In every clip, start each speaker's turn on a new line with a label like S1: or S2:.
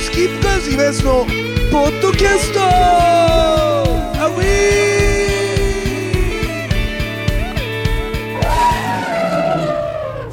S1: スキップカーズイベントのポッドキャストアウィ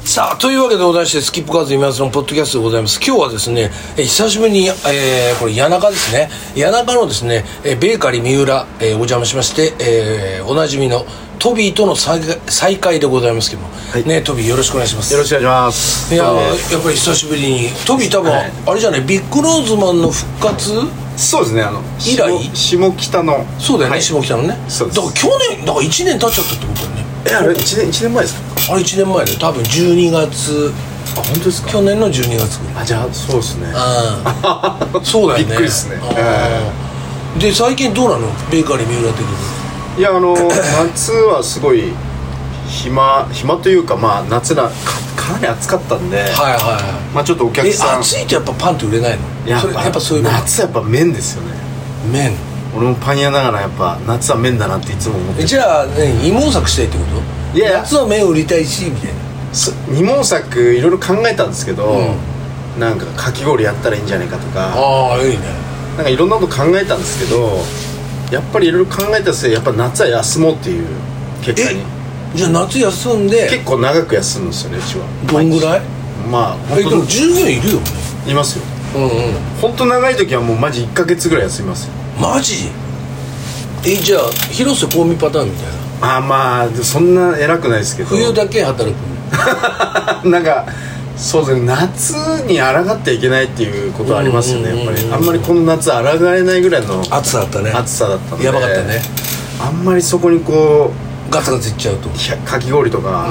S1: ーさあというわけでございましてスキップカーズ今のポッドキャストでございます今日はですねえ久しぶりに、えー、これ谷中ですね谷中のですねえベーカリー三浦、えー、お邪魔しまして、えー、おなじみのトビーとの再再会でございますけども、はい、ねトビーよろしくお願いします
S2: よろしくお願いします
S1: いややっぱり久しぶりにトビー多分、はい、あれじゃないビッグローズマンの復活
S2: そうですねあの
S1: 以来
S2: 下北の
S1: そうだよね、はい、下北のね
S2: そうです
S1: だから去年だから1年経っちゃったってことだよね
S2: えあれ1年 ,1 年前です
S1: かあれ1年前で多分12月
S2: あ本当ですか
S1: 去年の12月ぐら
S2: いあじゃあそうですね
S1: うん そうだよね
S2: びっくりですね、
S1: えー、で最近どうなのベーカリー三浦的に
S2: いやあの夏はすごい暇暇というかまあ夏だかなり暑かったんではい
S1: はいはい
S2: まあちょっとお客さ
S1: ん暑いとやっぱパンって売れないの
S2: やっぱ
S1: やっぱそういう
S2: 夏やっぱ麺ですよね
S1: 麺
S2: 俺もパン屋ながらやっぱ夏は麺だなっていつも思って
S1: じゃあ、ね、二毛作したいってこといや夏は麺売りたいしみたいな
S2: 二毛作いろいろ考えたんですけど、うん、なんかかき氷やったらいいんじゃないかとか
S1: ああいいね
S2: なんかいろんなこと考えたんですけどやっぱりいろいろ考えたせいやっぱ夏は休もうっていう結果に
S1: じゃあ夏休んで
S2: 結構長く休むんですよねうちは
S1: どんぐらい
S2: まあ
S1: えでも従業員いるよ
S2: いますよ
S1: うんうん
S2: 本当長い時はもうマジ1か月ぐらい休みますよ
S1: マジえじゃあ広瀬香美パターンみたい
S2: なあまあそんな偉くないですけど
S1: 冬だけ働
S2: く なんかそうですね夏に抗っていけないっていうことはありますよねやっぱりあんまりこの夏抗えないぐらいの
S1: 暑さだったね
S2: 暑さだったんで
S1: やばかったね
S2: あんまりそこにこう
S1: ガツガツいっちゃうと
S2: かき氷とか、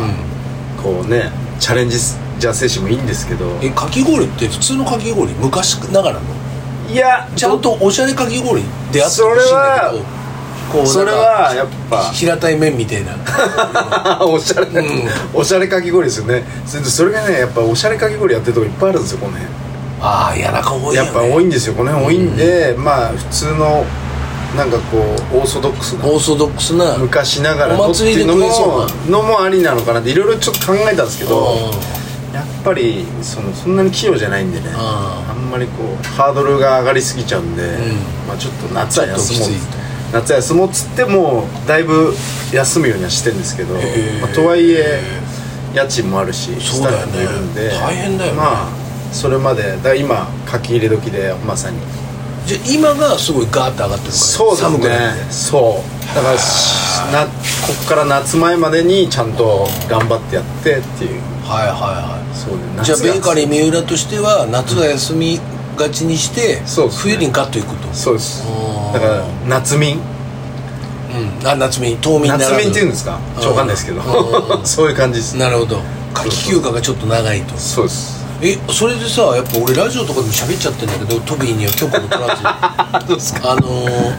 S2: うん、こうねチャレンジじゃ精神もいいんですけど
S1: えかき氷って普通のかき氷昔ながらの
S2: いや
S1: ちゃんとおしゃれかき氷であって
S2: それはこうそれはやっぱ
S1: 平たい麺みた いな
S2: おしゃれ、うん、おしゃれかき氷ですよねそれがねやっぱおしゃれかき氷やってるとこいっぱいあるんですよこの辺
S1: ああ谷中多い、
S2: ね、やっぱ多いんですよこの辺多いんで、うん、まあ普通のなんかこうオーソドックスな
S1: オーソドックスな
S2: 昔ながら
S1: のっていう
S2: のものもありなのかなっていろいろちょっと考えたんですけどやっぱりそのそんなに器用じゃないんでねあんまりこうハードルが上がりすぎちゃうんで、うん、まあ、ちょっと夏は休もう夏休もうっつってもだいぶ休むようにはしてんですけど、まあ、とはいえ家賃もあるし
S1: スタッフもい
S2: るん
S1: ね、
S2: で、
S1: 大変だよ、ね、
S2: まあそれまでだ今書き入れ時でまさに
S1: じゃ今がすごいガーッと上がってるから
S2: そうですねそうだからなここから夏前までにちゃんと頑張ってやってっていう
S1: はいはいはい
S2: そう
S1: ねじゃあベーカリー三浦としては夏は休みがちにして、うん、冬にガッといくと
S2: そうですだから夏眠
S1: うんあ夏眠冬眠
S2: 夏眠っていうんですかちょわかんないですけど そういう感じです
S1: なるほど夏季休暇がちょっと長いと
S2: そうです
S1: えそれでさやっぱ俺ラジオとかでも喋っちゃってんだけどトビーには許可も取らず あのー、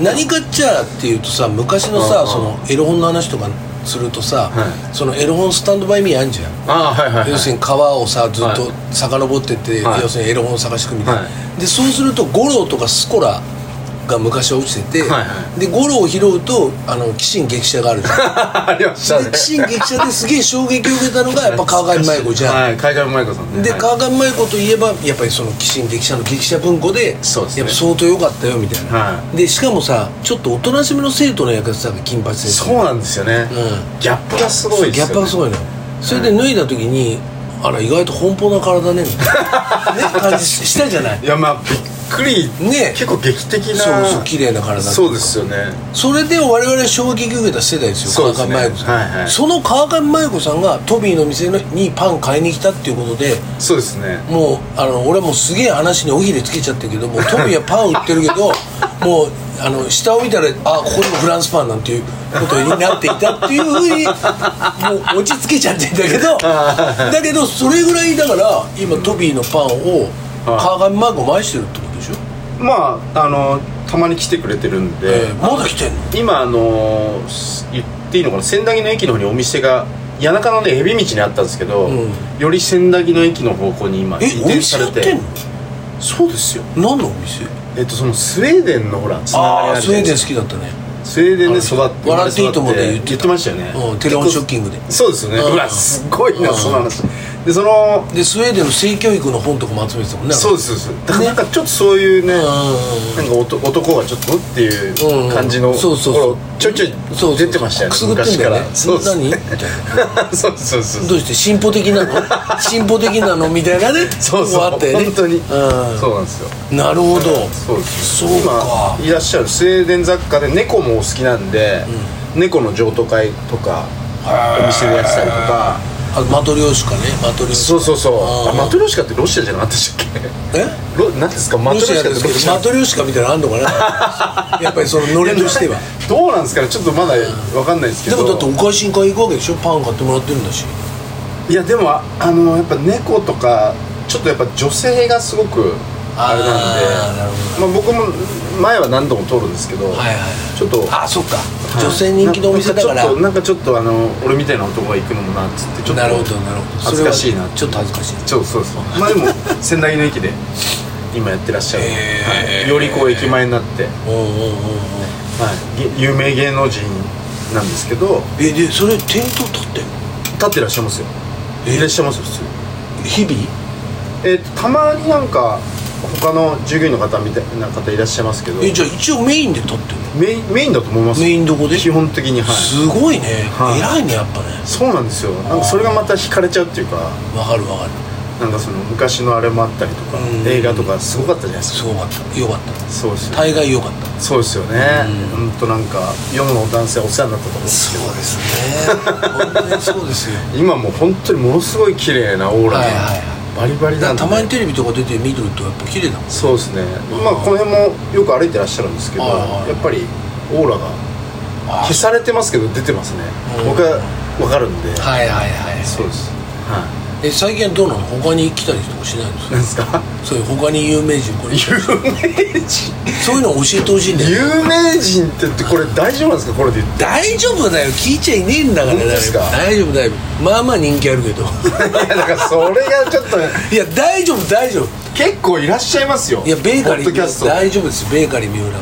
S1: 何かっちゃっていうとさ昔のさそのエロ本の話とかするとさ、はい、そのエロ本スタンドバイミーあんじゃん
S2: あ、はいはいはい、
S1: 要するに川をさずっと遡ってって、はい、要するにエロ本探してくみたいな、はい、でそうすると五郎とかスコラが昔は落ちてて、はいはい、でゴロを拾うとあの鬼神激写がある
S2: ありましたね
S1: 鬼神激写ですげえ衝撃を受けたのがやっぱ川上舞子じゃん、
S2: はい、川上舞子さんね
S1: で、はい、川上舞子といえばやっぱりその鬼神激写の激写文庫で
S2: そうです、ね、
S1: やっぱ相当良かったよみたいな、、
S2: はい
S1: でしかもさちょっとおとなしめの生徒の役やってたから金八先
S2: 生そうなんですよね、うん、ギャップがすごい、ね、
S1: ギャップがすごいの、ね、それで脱いだ時に、あら意外と奔放な体ねみたいな、 ね、感じしたじゃない
S2: いやまあくり
S1: ね
S2: 結構劇的な
S1: そうそう綺麗な体
S2: そうですよね
S1: それで我々衝撃受けた世代ですよ、ね、川上麻衣子さん、はいはい、その川上麻衣子さんがトビーの店にパン買いに来たっていうことで
S2: そうですね
S1: もうあの俺もすげえ話に尾ひれつけちゃったけどもトビーはパン売ってるけ どもうあの下を見たらあここにもフランスパンなんていうことになっていたっていうふうにもう落ち着けちゃってんだけ どだけどそれぐらいだから今トビーのパンを川上麻衣子を愛してるってこと
S2: まああのたまに来てくれてるんで、
S1: えー、まだ来てんの
S2: 今あの言っていいのかな千駄木の駅の方にお店が谷中のね蛇道にあったんですけど、うん、より千駄木の駅の方向に今移転されて
S1: えお店
S2: そうですよ
S1: 何のお店
S2: えっとそのスウェーデンのほら
S1: つながりあスウェーデン好きだったね
S2: スウェーデンで育って
S1: 笑っていいと思って
S2: 言ってましたよね、
S1: うん、テレオンショッキングで
S2: そうですよねうわすごいなその話でその
S1: でスウェーデンの性教育の本とかも集めてたもんね
S2: そうですそうですだからなんかちょっとそういうね、なんか男男はちょっとって
S1: うん
S2: い
S1: うん
S2: う感じの
S1: そうそう
S2: とこ
S1: そう
S2: ろちょいちょい
S1: そうそう
S2: 出てましたよね
S1: くすぐってんだよね
S2: 昔からそうですね
S1: 何みたい
S2: そうそうそう
S1: どうして進歩的なの 進歩的なのみたいなね
S2: そう
S1: こ
S2: そう
S1: あってね
S2: 本当に、
S1: う
S2: そうなんですよ
S1: ん、なるほど
S2: そうです
S1: そうか
S2: 今いらっしゃるスウェーデン雑貨で猫もお好きなんで、猫の譲渡会とかお店でやってたりとか
S1: あマトリョーシカねマトリョーシカ
S2: そうそうそう
S1: あー
S2: あマトリョーシカってロシアじゃなかったでしたっけ
S1: え
S2: ロ何ですかマト
S1: ロ
S2: リ
S1: シ
S2: ョーシ
S1: ア
S2: カっ
S1: で
S2: て
S1: すけ
S2: ロシ
S1: ど
S2: ア
S1: マトリョーシカみたいなのあんのか なやっぱりそのノリとしては
S2: どうなんですかねちょっとまだわかんないですけ
S1: で
S2: ど
S1: もだってお菓子に買い行くわけでしょパン買ってもらってるんだし
S2: いやでもああのやっぱ猫とかちょっとやっぱ女性がすごくあ
S1: あー
S2: れ
S1: なる
S2: なんでまあ、僕も前は何度も通るんですけど、
S1: はいはい
S2: ちょっと
S1: あそっか、女性人気のお店だから
S2: はいなんかちょっとなんかちょっとあの俺みたいな男が行くのもなっつってちょっと
S1: なるほどなるほど
S2: 恥ずかしいな
S1: それはちょっと恥ずかしい
S2: ちょそうそうまあでも仙台の駅で今やってらっしゃる、
S1: へー
S2: はい、よりこう駅前になって、は
S1: おうおうおうおう
S2: い、げ有名芸能人なんですけど
S1: えでそれ店頭立ってんの
S2: 立ってらっしゃいますよ
S1: え
S2: いらっしゃいますよ普通に
S1: 日々
S2: えーたまになんか他の従業員の方みたいな方いらっしゃいますけど
S1: えじゃあ一応メインで立ってんの
S2: メインメインだと思います
S1: メインどこで
S2: 基本的にはい
S1: すごいね、
S2: はい
S1: 偉いねやっぱね
S2: そうなんですよなんかそれがまた惹かれちゃうっていうか
S1: わかるわかる
S2: なんかその昔のあれもあったりとか
S1: うん
S2: 映画とかすごかったじゃないです
S1: す
S2: か
S1: ごかったよかった
S2: そうですよ
S1: 大概よかった
S2: そうですよね本当なんか世の男性お世話になったと思うんですけど
S1: うですね本当にそうですよ
S2: 今もう本当にものすごい綺麗なオーラが
S1: はいはい
S2: バリバリ
S1: だから
S2: なんで
S1: たまにテレビとか出て見てるとやっぱ綺麗だもん
S2: そうですねまあこの辺もよく歩いてらっしゃるんですけど
S1: はいはい
S2: やっぱりオーラが
S1: あ
S2: 消されてますけど出てますね
S1: うん
S2: 僕は分かるんで
S1: はいはいはい
S2: そうですは
S1: え最近はどうなの他に来たりとかしないんです
S2: い
S1: か
S2: なんですか
S1: そういう他に有名人これ
S2: 有名人
S1: そういうの教えてほしいんだよ
S2: 有名人ってってこれ大丈夫なんですかこれで言って
S1: 大丈夫だよ聞いちゃいねえんだから
S2: 本当ですか
S1: 大丈夫大丈夫まあまあ人気あるけど
S2: いやだからそれがちょっと
S1: いや大丈夫大丈夫
S2: 結構いらっしゃいますよ
S1: いやベーカリ
S2: ポッドキャ
S1: ー
S2: スト
S1: 大丈夫ですベーカリー三浦は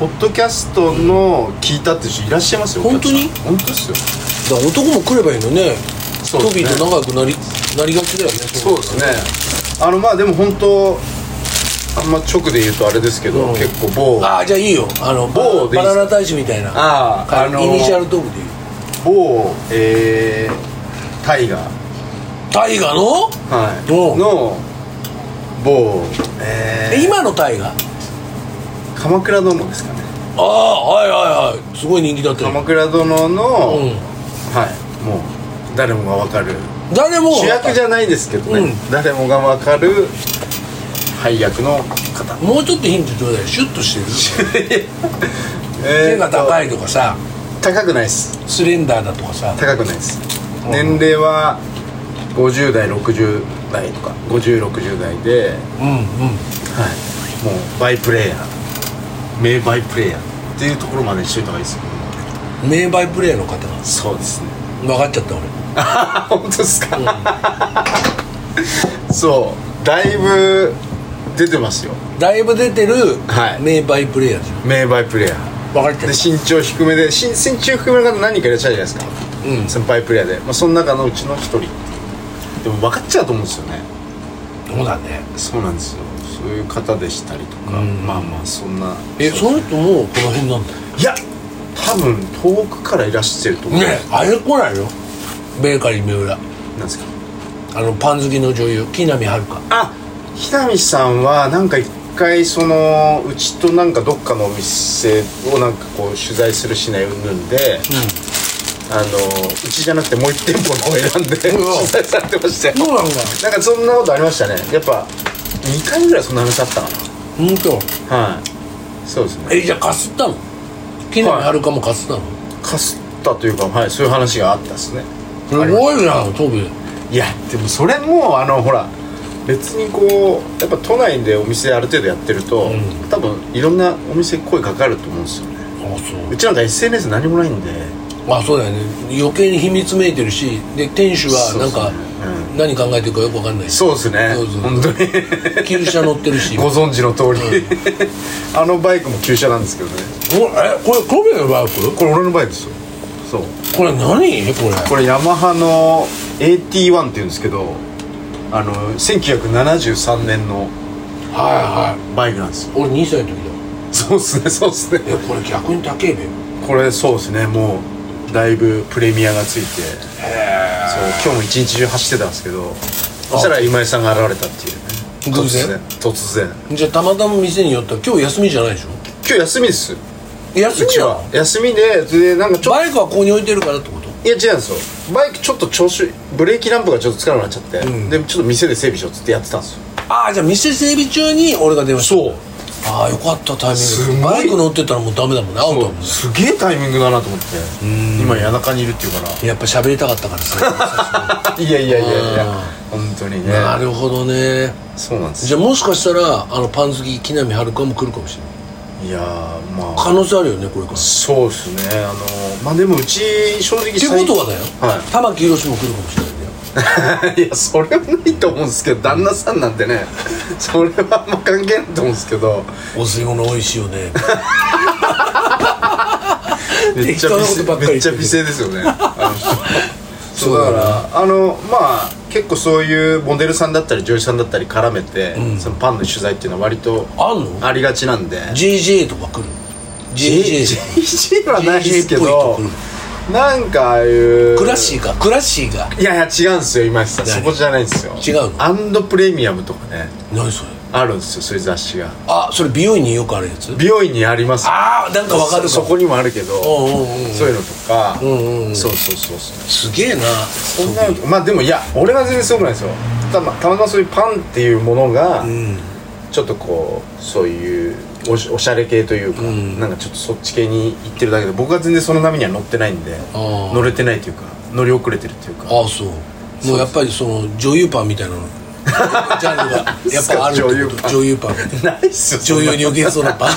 S2: ポッドキャストの聞いたって人いらっしゃいますよ
S1: 本当に
S2: お客さん本当です
S1: だ
S2: よ
S1: から男も来ればいいのね
S2: そうですね
S1: トビーと仲良くなりなりがちだよね
S2: そうですねあのまあでも本当あんま直で言うとあれですけど、
S1: うん
S2: 結構某
S1: ああじゃあいいよあの
S2: 某でいい
S1: バ
S2: っす
S1: ナナ大使みたいな
S2: あーあのー
S1: イニシャルトークでいいよ
S2: 某えー、タイガー、
S1: タイガの
S2: はい、
S1: お
S2: の某え
S1: え
S2: ー、
S1: 今のタイガあ
S2: 鎌倉殿ですかね
S1: あはいはいはいすごい人気だったよ
S2: 鎌倉
S1: う
S2: 殿の、
S1: ん
S2: はいもう誰もがわかる
S1: 誰も
S2: 主役じゃないですけどね、
S1: うん
S2: 誰もがわかる配役の方
S1: もうちょっとヒントちょうだいシュッとしてる
S2: え
S1: 手が高
S2: い
S1: いとかさ
S2: 高くないです
S1: スレンダーだとかさ
S2: 高くないです
S1: うん
S2: 年齢は50代60代とか5060代で、はい、
S1: うんうん
S2: もうバイプレーヤー名バイプレーヤーっていうところまでしといた方がいいですよ
S1: 名バイプレイヤーの方が
S2: そうですね
S1: 分かっちゃった俺
S2: あ 本当ですか、そうだいぶ出てますよ
S1: だいぶ出てる
S2: はい
S1: 名バイプレイヤーじゃん
S2: 名バイプレーヤー
S1: 分かっち
S2: で
S1: ゃった
S2: 身長低めでし身長低めの方何人かいらっしゃるじゃないですか、
S1: うん
S2: 先輩プレーヤーで、まあ、その中のうちの一人でも分かっちゃうと思うんですよね
S1: そうだね
S2: そうなんですよそういう方でしたりとか、
S1: うん
S2: まあまあそんな
S1: えその人もうこの辺なんだよ
S2: いや多分遠くからいらっしゃると思う、
S1: ねえあれ来ないよベーカリー三浦
S2: なんですか
S1: あのパン好きの女優木南遥か
S2: あひなみさんはなんか一回そのうちとなんかどっかのお店をなんかこう取材するしないうんぬんで、あのうちじゃなくてもう一店舗の方を選んで取
S1: うわ
S2: 材されてましたよ
S1: そうなんだ
S2: なんかそんなことありましたねやっぱ2回ぐらいそんな話あったか
S1: うんと
S2: なはいそうですね
S1: えじゃあかすったの木南遥かもかすったの、
S2: かすったというかはいそういう話があったですね
S1: すごいじゃんトビー
S2: いやでもそれもあのほら別にこうやっぱ都内でお店ある程度やってると、
S1: う
S2: 多分いろんなお店声かかると思うんですよね
S1: あそう
S2: うちなんか SNS 何もないんで
S1: まあそうだよね余計に秘密めいてるしで店主はなんか、何考えてるかよくわかんないし
S2: そうですね
S1: そうそう
S2: 本当に
S1: 旧車乗ってるし
S2: ご存知の通り、あのバイクも旧車なんですけどね
S1: おえこれトビーのバイク
S2: これ俺のバイクですよそう
S1: これ何これ
S2: これヤマハの AT1 っていうんですけどあの1973年の
S1: は
S2: バイクなんですよ
S1: いはい俺2歳の時だ
S2: そうっすねそうっすね
S1: えこれ逆に高えべ
S2: これそうですねもうだいぶプレミアがついてそう今日も一日中走ってたんですけどそしたら今井さんが現れたっていうね
S1: 偶然
S2: 突然突然
S1: じゃあたまたま店に寄ったら今日休みじゃないでしょ
S2: 今日休みですう
S1: 休み
S2: ち
S1: は
S2: は休みででなんかちょっと
S1: バイクはここに置いてるからってこと
S2: いや違うんですよバイクちょっと調子ブレーキランプがちょっとつかなくなっちゃって、でちょっと店で整備しようっつってやってたんですよ
S1: ああじゃあ店整備中に俺が電話した
S2: そう
S1: ああよかったタイ
S2: す
S1: ミン
S2: ごい
S1: グバイク乗ってたらもうダメだもんねアウトだもんね
S2: すげえタイミングだなと思って今谷中にいるっていうか
S1: やっぱ喋りたかったからさ
S2: ら いやいやいやいや
S1: あ
S2: 本当にね
S1: なるほどね
S2: そうなんです
S1: じ
S2: よ
S1: ゃあもしかしたらあのパン好き木南遥も来るかもしれない
S2: いやーまあ
S1: 可能性あるよねこれからっ
S2: そうですねあのまあでもうち正直
S1: てことはだよ、
S2: は
S1: 玉木宏も来るかもしれないんだよ
S2: い いやそれはないと思うんですけど旦那さんなんてねそれはあんま関係ないと思うんですけど
S1: お吸い物美味しいよ ね
S2: めっち
S1: 適
S2: ゃ
S1: 当なこ
S2: 美
S1: と
S2: 声
S1: ばっかり言って
S2: めっちゃ
S1: る
S2: 美声です よねあの人そうだ
S1: そう
S2: からあのまあ結構そういうモデルさんだったり女優さんだったり絡めて、そのパンの取材っていうのは割と
S1: あんの
S2: ありがちなんで
S1: JJ とか来る JJ
S2: JJ はないですけ
S1: JJ っ
S2: ど
S1: ぽいと
S2: なんかああいう
S1: クラッシーかクラッシーが
S2: いやいや違うんですよ今井さん
S1: 何
S2: そこじゃないんですよ
S1: 違うの
S2: アンドプレミアムとかね
S1: 何それ
S2: あるんですよそういう雑誌が
S1: あそれ美容院によくあるやつ
S2: 美容院にあります
S1: ああなんかわかるかも
S2: そそこにもあるけど
S1: うんうんうん
S2: そういうのとか
S1: んうんうん
S2: そうそうそうそう
S1: すげえな
S2: そんなまあでもいや俺は全然すごくないですよたまたまたまそういうパンっていうものが
S1: うん
S2: ちょっとこうそういうおしおしゃれ系というか、なんかちょっとそっち系に行ってるだけで僕は全然その波には乗ってないんで
S1: あー
S2: 乗れてないというか乗り遅れてるというか
S1: ああそうもうやっぱりその女優パンみたいなのジャンル がやっぱあるってこと
S2: 女優パン
S1: 女優パンみたいな
S2: ないっすよそん
S1: 女
S2: な
S1: 優に受けそうな パン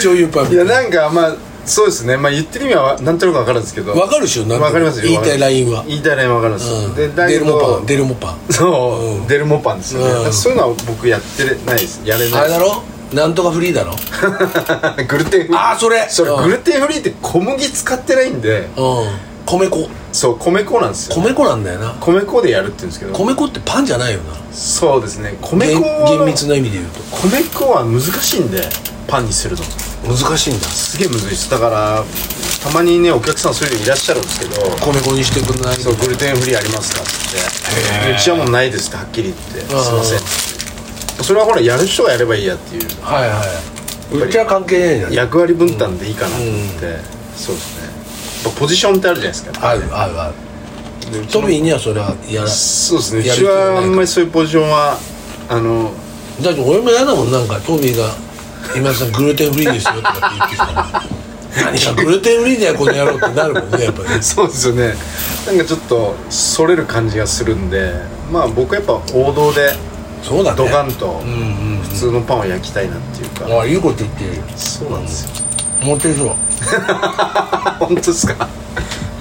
S1: 女優パンみ
S2: い
S1: た
S2: や
S1: いな
S2: なんかまあそうですねまあ言ってる意味はなんとなくわかるんですけど
S1: わかるでしょなんとなく
S2: わかりますよ
S1: 言いたいラインは
S2: 言いたいラインわかるんですよ、
S1: うん
S2: でだ
S1: デ
S2: け
S1: ル
S2: ど
S1: モパンデルモパン
S2: そう、デルモパンですよね、
S1: うん
S2: そういうのは僕やってないですやれ
S1: あ
S2: な
S1: れだろなんとかフリーだろ
S2: い グルテンフリー
S1: ああそれ
S2: それ
S1: うん
S2: グルテンフリーって小麦使ってないんで
S1: うん米粉
S2: そう米粉なんですよ
S1: 米粉なんだよな
S2: 米粉でやるって言うんですけど
S1: 米粉ってパンじゃないよな
S2: そうですね米
S1: 厳
S2: 粉
S1: 厳密な意味で言うと
S2: 米粉は難しいんでパンにするの
S1: 難しいんだ
S2: すげえむずいですだからたまにねお客さんそういうのいらっしゃるんですけど
S1: 米粉にしてくんない
S2: そうグルテンフリーありますかって言ってうちはもうないですってはっきり言ってすいませんってそれはほらやる人がやればいいやっていう
S1: はいはいっちは関係ないじゃん
S2: 役割分担でいいかなと思って、そうですねやっぱポジションってあるじゃないですか
S1: 合う合う合う
S2: でうち
S1: ト
S2: の
S1: ビーにはそれはやらない
S2: そうですねう
S1: やる
S2: ち
S1: 気がない
S2: はあんまりそういうポジションはあの
S1: だって俺も嫌だもんなんかトミーが「今田さんグルテンフリーですよ」とかって言ってきたら「 何がグルテンフリーだよこの野郎」ってなるもんねやっぱり
S2: そうですよねなんかちょっとそれる感じがするんでまあ僕はやっぱ王道で
S1: そうだね
S2: ドカンと
S1: うんうん
S2: 普通のパンを焼きたいなっていうか、
S1: あいいこと言ってるよ
S2: そうなんですよ
S1: 持ってるそう
S2: 本当ですか、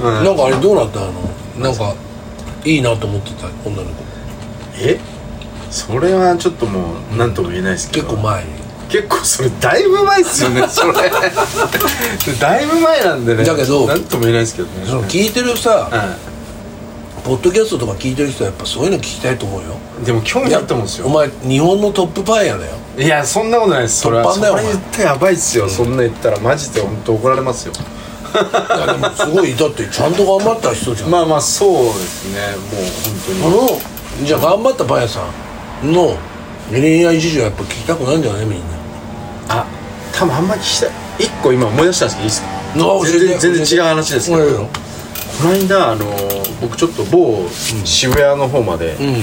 S2: うん
S1: なんかあれどうなったのなんかいいなと思ってた女の子
S2: えそれはちょっともう何とも言えないですけ
S1: 結
S2: ど
S1: 構前に
S2: 結構それだいぶ前っすよねそれ だいぶ前なんでね
S1: だけど
S2: 何とも言えないですけどね
S1: その聞いてるさ
S2: は
S1: ポッドキャストとか聞いてる人はやっぱそういうの聞きたいと思うよ
S2: いでも興味あると思うんです
S1: お
S2: よ
S1: 前日本のトップパンやだよ
S2: いやそんなことないですそれは
S1: 突破
S2: そ
S1: だよ
S2: れ言ったらやばいっすよ、そんな言ったらマジで本当怒られますよ
S1: いやでもすごいだってちゃんと頑張った人じゃん
S2: まあまあそうですねも
S1: あ
S2: う本
S1: のじゃあ頑張ったパン屋さんの恋愛事情はやっぱ聞きたくないんじゃないみんな
S2: 当にあ多分あんまり聞きたい一個今思い出したんですけどいいですか
S1: 教えて
S2: 全然全然違う話ですけど
S1: 教えて教えて
S2: この間あの僕ちょっと某渋谷の方まで、
S1: うん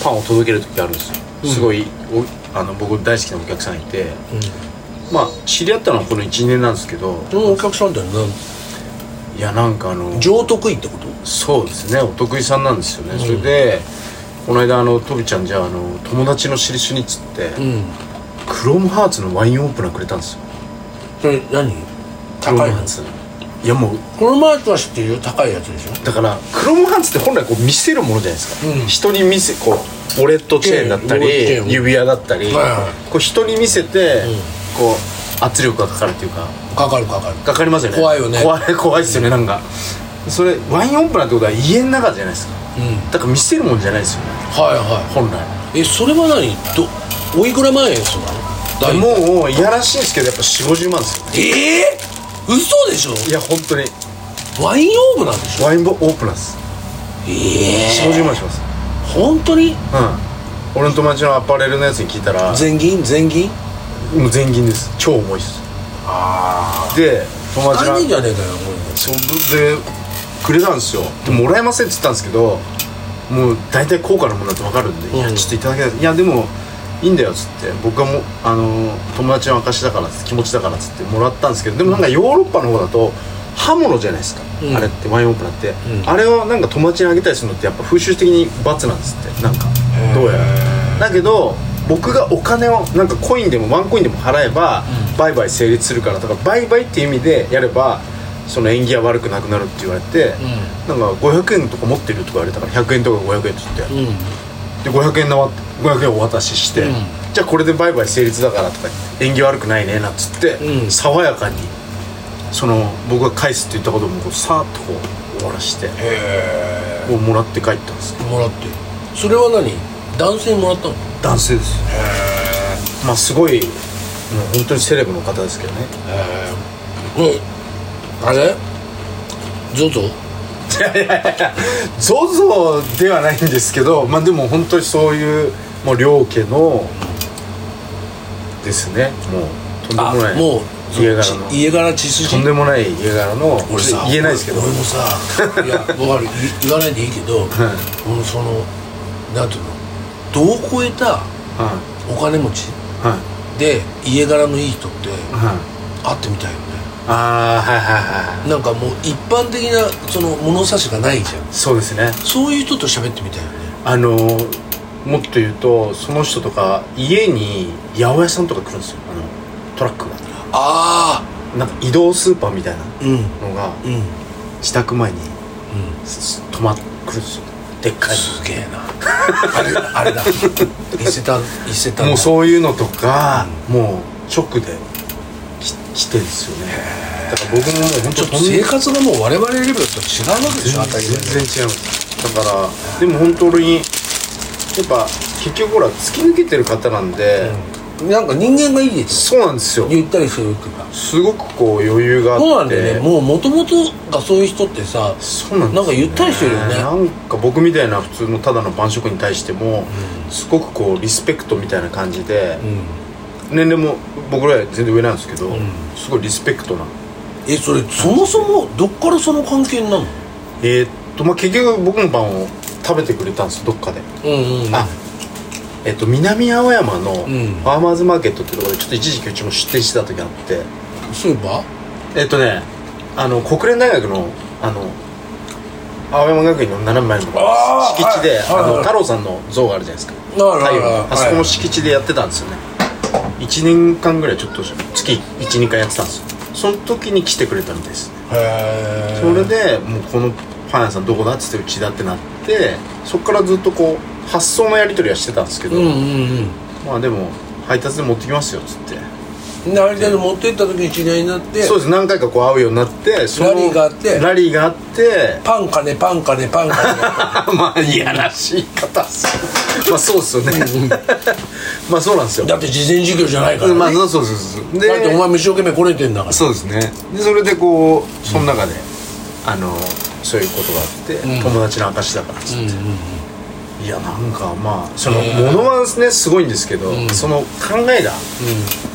S2: パンを届ける時あるんですよ、すごいおあの僕大好きなお客さんいて、まあ知り合ったのはこの12年なんですけど
S1: そのお客さんって何
S2: いやなんかあの
S1: 上得意ってこと
S2: そうですねお得意さんなんですよね、それでこの間あのトビちゃんじゃああの友達の印にっつって、
S1: うん
S2: クロムハーツのワインオープナーくれたんですよ
S1: それ何高いやつ
S2: ツいやもう
S1: このマーチは知ってるよ高いやつでしょ
S2: だからクロムハーツって本来こう見せるものじゃないですか、
S1: うん
S2: 人に見せこうウォレットチェーンだったり
S1: チェーンウォレットチェーン
S2: 指輪だったり、
S1: はいは
S2: こう人に見せて、こう圧力がかかるというか
S1: かかるかかる
S2: かかりますよね
S1: 怖いよね
S2: 怖い怖いですよねなんかそれワインオンプラってことは家の中じゃないですか
S1: うん
S2: だから見せるもんじゃないですよね
S1: はいは
S2: 本来
S1: いえそれは何どおいくら万円ですか大体
S2: もういやらしいんですけどやっぱ4 5 0万ですよね
S1: ええ嘘でしょ
S2: いや本当に
S1: ワインオーブなんでしょ
S2: ワインボオープンなんです
S1: え
S2: 4 5 0万します
S1: 本当に
S2: うん俺の友達のアパレルのやつに聞いたら
S1: 全銀全銀
S2: もう全銀です超重いです
S1: あ
S2: で友
S1: あ
S2: 達が
S1: 何じゃねえかよこ
S2: そうでくれたんですよでもらえませんっつったんですけどもう大体高価なものだと分かるんで「いや
S1: うん
S2: ちょっといただけない」いやでもいいんだよ」っつって僕はもうあの友達の証だからっつって気持ちだからっつってもらったんですけどでもなんかヨーロッパの方だと刃物じゃないですか、
S1: うん
S2: あれってワインオープナーって、
S1: うん
S2: あれをなんか友達にあげたりするのってやっぱ風習的に罰なんですってなんか
S1: へー
S2: どうやらだけど僕がお金をなんかコインでもワンコインでも払えば売買成立するからだから売買っていう意味でやればその縁起は悪くなくなるって言われて、なんか500円とか持ってるとか言われたから100円とか500円って言って、
S1: れうん
S2: で500円なわ500円お渡しして、
S1: うん
S2: じゃあこれで売買成立だからとか言って縁起悪くないねなんつって、
S1: うん
S2: 爽やかにその僕が返すって言ったこともこうさーっとこう終わらして
S1: へ
S2: もうもらって帰ったんです
S1: えもらってそれは何男性にもらったの
S2: 男性です
S1: へ
S2: まあすごいもう本当にセレブの方ですけどね
S1: えこれあれゾゾ
S2: ゾゾではないんですけどまあでも本当にそういうもう両家のですねもうとんでも
S1: あ
S2: ない
S1: もう
S2: 家柄の
S1: ち家柄血筋
S2: とんでもない家柄の
S1: 俺さ
S2: 言えないですけど
S1: 俺もさいやわかるい言わないでいいけど、
S2: い
S1: もうそのなんていうの度を超えた
S2: は
S1: お金持ち
S2: いはい
S1: で家柄のいい人って
S2: はい
S1: 会ってみたいよね
S2: ああはいはいは
S1: なんかもう一般的なその物差しがないじゃん
S2: いそうですね
S1: そういう人と喋ってみたいよね
S2: あのーもっと言うとその人とか家に八百屋さんとか来るんですよあのトラックが
S1: ああ
S2: なんか移動スーパーみたいな
S1: うんうん
S2: のが
S1: うん
S2: 自宅前にす止まってくるんですよでっかい
S1: すげえなあれあれだ伊勢丹伊勢丹だ
S2: もうそういうのとか、もう直でき来てるんですよねだから僕ももう本
S1: ち
S2: 当
S1: ょっと
S2: とんで
S1: 生活がもう我々レベルと違うわけでしょ当たり前だけど
S2: 全然違うだからでも本当にやっぱ結局ほら突き抜けてる方なんで、
S1: なんか人間がいいです
S2: そうなんですよ
S1: よゆったりしてるっていうか
S2: すごくこう余裕があって
S1: そうなんだよねもう元々がそういう人ってさ
S2: そうなんです
S1: なんかゆったりしてるよね
S2: なんか僕みたいな普通のただの晩食に対しても、すごくこうリスペクトみたいな感じで、
S1: うん
S2: 年齢も僕らより全然上なんですけど、
S1: ん
S2: すごいリスペクトな
S1: えそれそもそもどっからその関係になるの
S2: えーっとまあ結局僕のパンを食べてくれたんですどっかで、
S1: うんうん
S2: あえっと南青山のフ
S1: ん
S2: ァーマーズマーケットってところでちょっと一時期うちも出店してた時あって
S1: そういえば
S2: えっとねあの国連大学のあの青山学院の斜め前の
S1: あー
S2: 敷地で、
S1: はいはい
S2: あの
S1: はい
S2: 太郎さんの像があるじゃないですか
S1: はいはい
S2: 太陽
S1: はい
S2: のあそこの敷地でやってたんですよね1年間ぐらいちょっと月12回やってたんですよその時に来てくれたみたいです
S1: へえ
S2: それでもうこのパン屋さんどこだっつってうちだってなってそこからずっとこう発送のやり取りはしてたんですけど、
S1: うんうん
S2: まあでも配達で持ってきますよっつって
S1: うんであれで持ってった時に知り合いになって
S2: そうです何回かこう会うようになってその
S1: ラリーがあって
S2: ラリーがあって
S1: パン金パン金パン金
S2: まあいやらしい方っすまあそうっすよね まあそうなんですよ
S1: だって事前授業じゃないからね
S2: ま
S1: だ
S2: あ
S1: っ
S2: そうそうそうそうで
S1: てお前も一生懸命こねてんだから
S2: そうですねでそれでこうその中で、あのそういうことがあって、
S1: うん
S2: 友達の証だからっつっ
S1: う
S2: て、
S1: んうん
S2: いやなんかまあそのものはねすごいんですけど、
S1: うん
S2: その考えが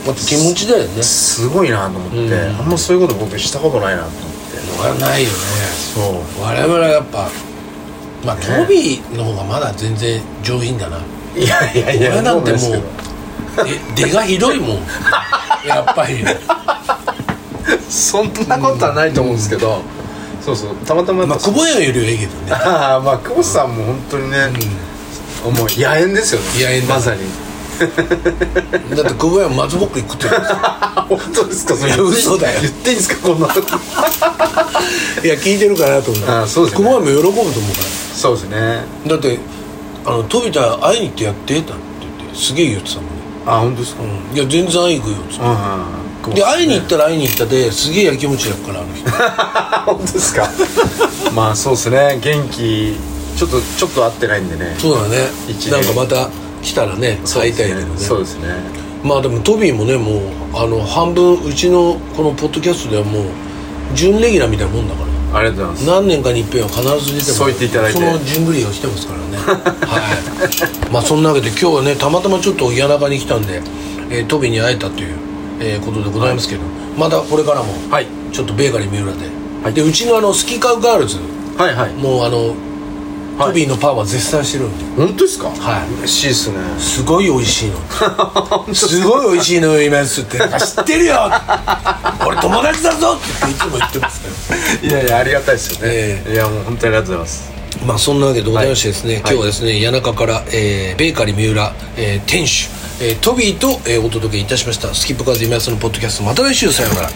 S1: だって気持ちだよね
S2: すごいなと思って、
S1: うん
S2: あんまそういうこと僕したことないなと思って
S1: わらないよね
S2: そう
S1: 我々はやっぱまあ、
S2: ね
S1: トビーの方がまだ全然上品だない
S2: やいやいや
S1: 俺なんてもう
S2: そです
S1: で出がひど いもんやっぱり
S2: けどそんなことはないと思うんですけど、そうそうたまたま
S1: まあ久保屋よりはいいけどね
S2: ああ まあ久保さんも本当にね、もう野猿ですよね
S1: 野猿だ
S2: まさに
S1: だって久保屋松ぼっくり食ってるんですよ
S2: あ本当ですかそれ
S1: いや嘘だよ
S2: 言っていいんですかこんなとこ
S1: いや聞いてるかなと思う
S2: あそうですね
S1: 久保屋も喜ぶと思うか
S2: そうですね
S1: らだって「あの飛田会いに行ってやって」なんて言ってすげえ言ってたもんね、
S2: あ本当ですかうん
S1: うん、いや全然会いに行くよっつって
S2: うん
S1: で会いに行ったら会いに行ったですげえやきもちやくからあの人
S2: あ本当ですかまあそうですね元気ちょっとちょっと合ってないんでね
S1: そうだ ね
S2: 一年
S1: なんかまた来たらね
S2: そう
S1: 会
S2: で
S1: いたい
S2: す
S1: け
S2: ね
S1: どね
S2: そうですね
S1: まあでもトビーもねもうあの半分うちのこのポッドキャストではもう準レギュラーみたいなもんだ から
S2: ありがとうございます
S1: 何年かに一遍は必ず出て
S2: そう言っていただいて
S1: そのジングリーが来てますから ねはいまあそんなわけで今日はねたまたまちょっと谷中に来たんで、えー、トビに会えたという、えーことでございますけど、またこれからも
S2: はい
S1: ちょっとベーカリー三浦で、
S2: はい
S1: でうちのあのスキーカウガールズ
S2: はいはい
S1: もうあの、
S2: はい
S1: トビーのパンは絶賛してるんで
S2: 本当ですか
S1: はい
S2: 嬉しいですね
S1: すごい美味しい のすごい美味しいのよ今やつって知ってるよ俺友達だぞって言っていつも言ってますけど
S2: いやいやありがたいですよね
S1: え
S2: いやもう本当にありがとうございます
S1: まあそんなわけでございましてですね、今日はですね谷中から、えーベーカリー三浦、えー店主、えートビーと、えーお届けいたしましたスキップカーズ今安のポッドキャストまた来週さようなら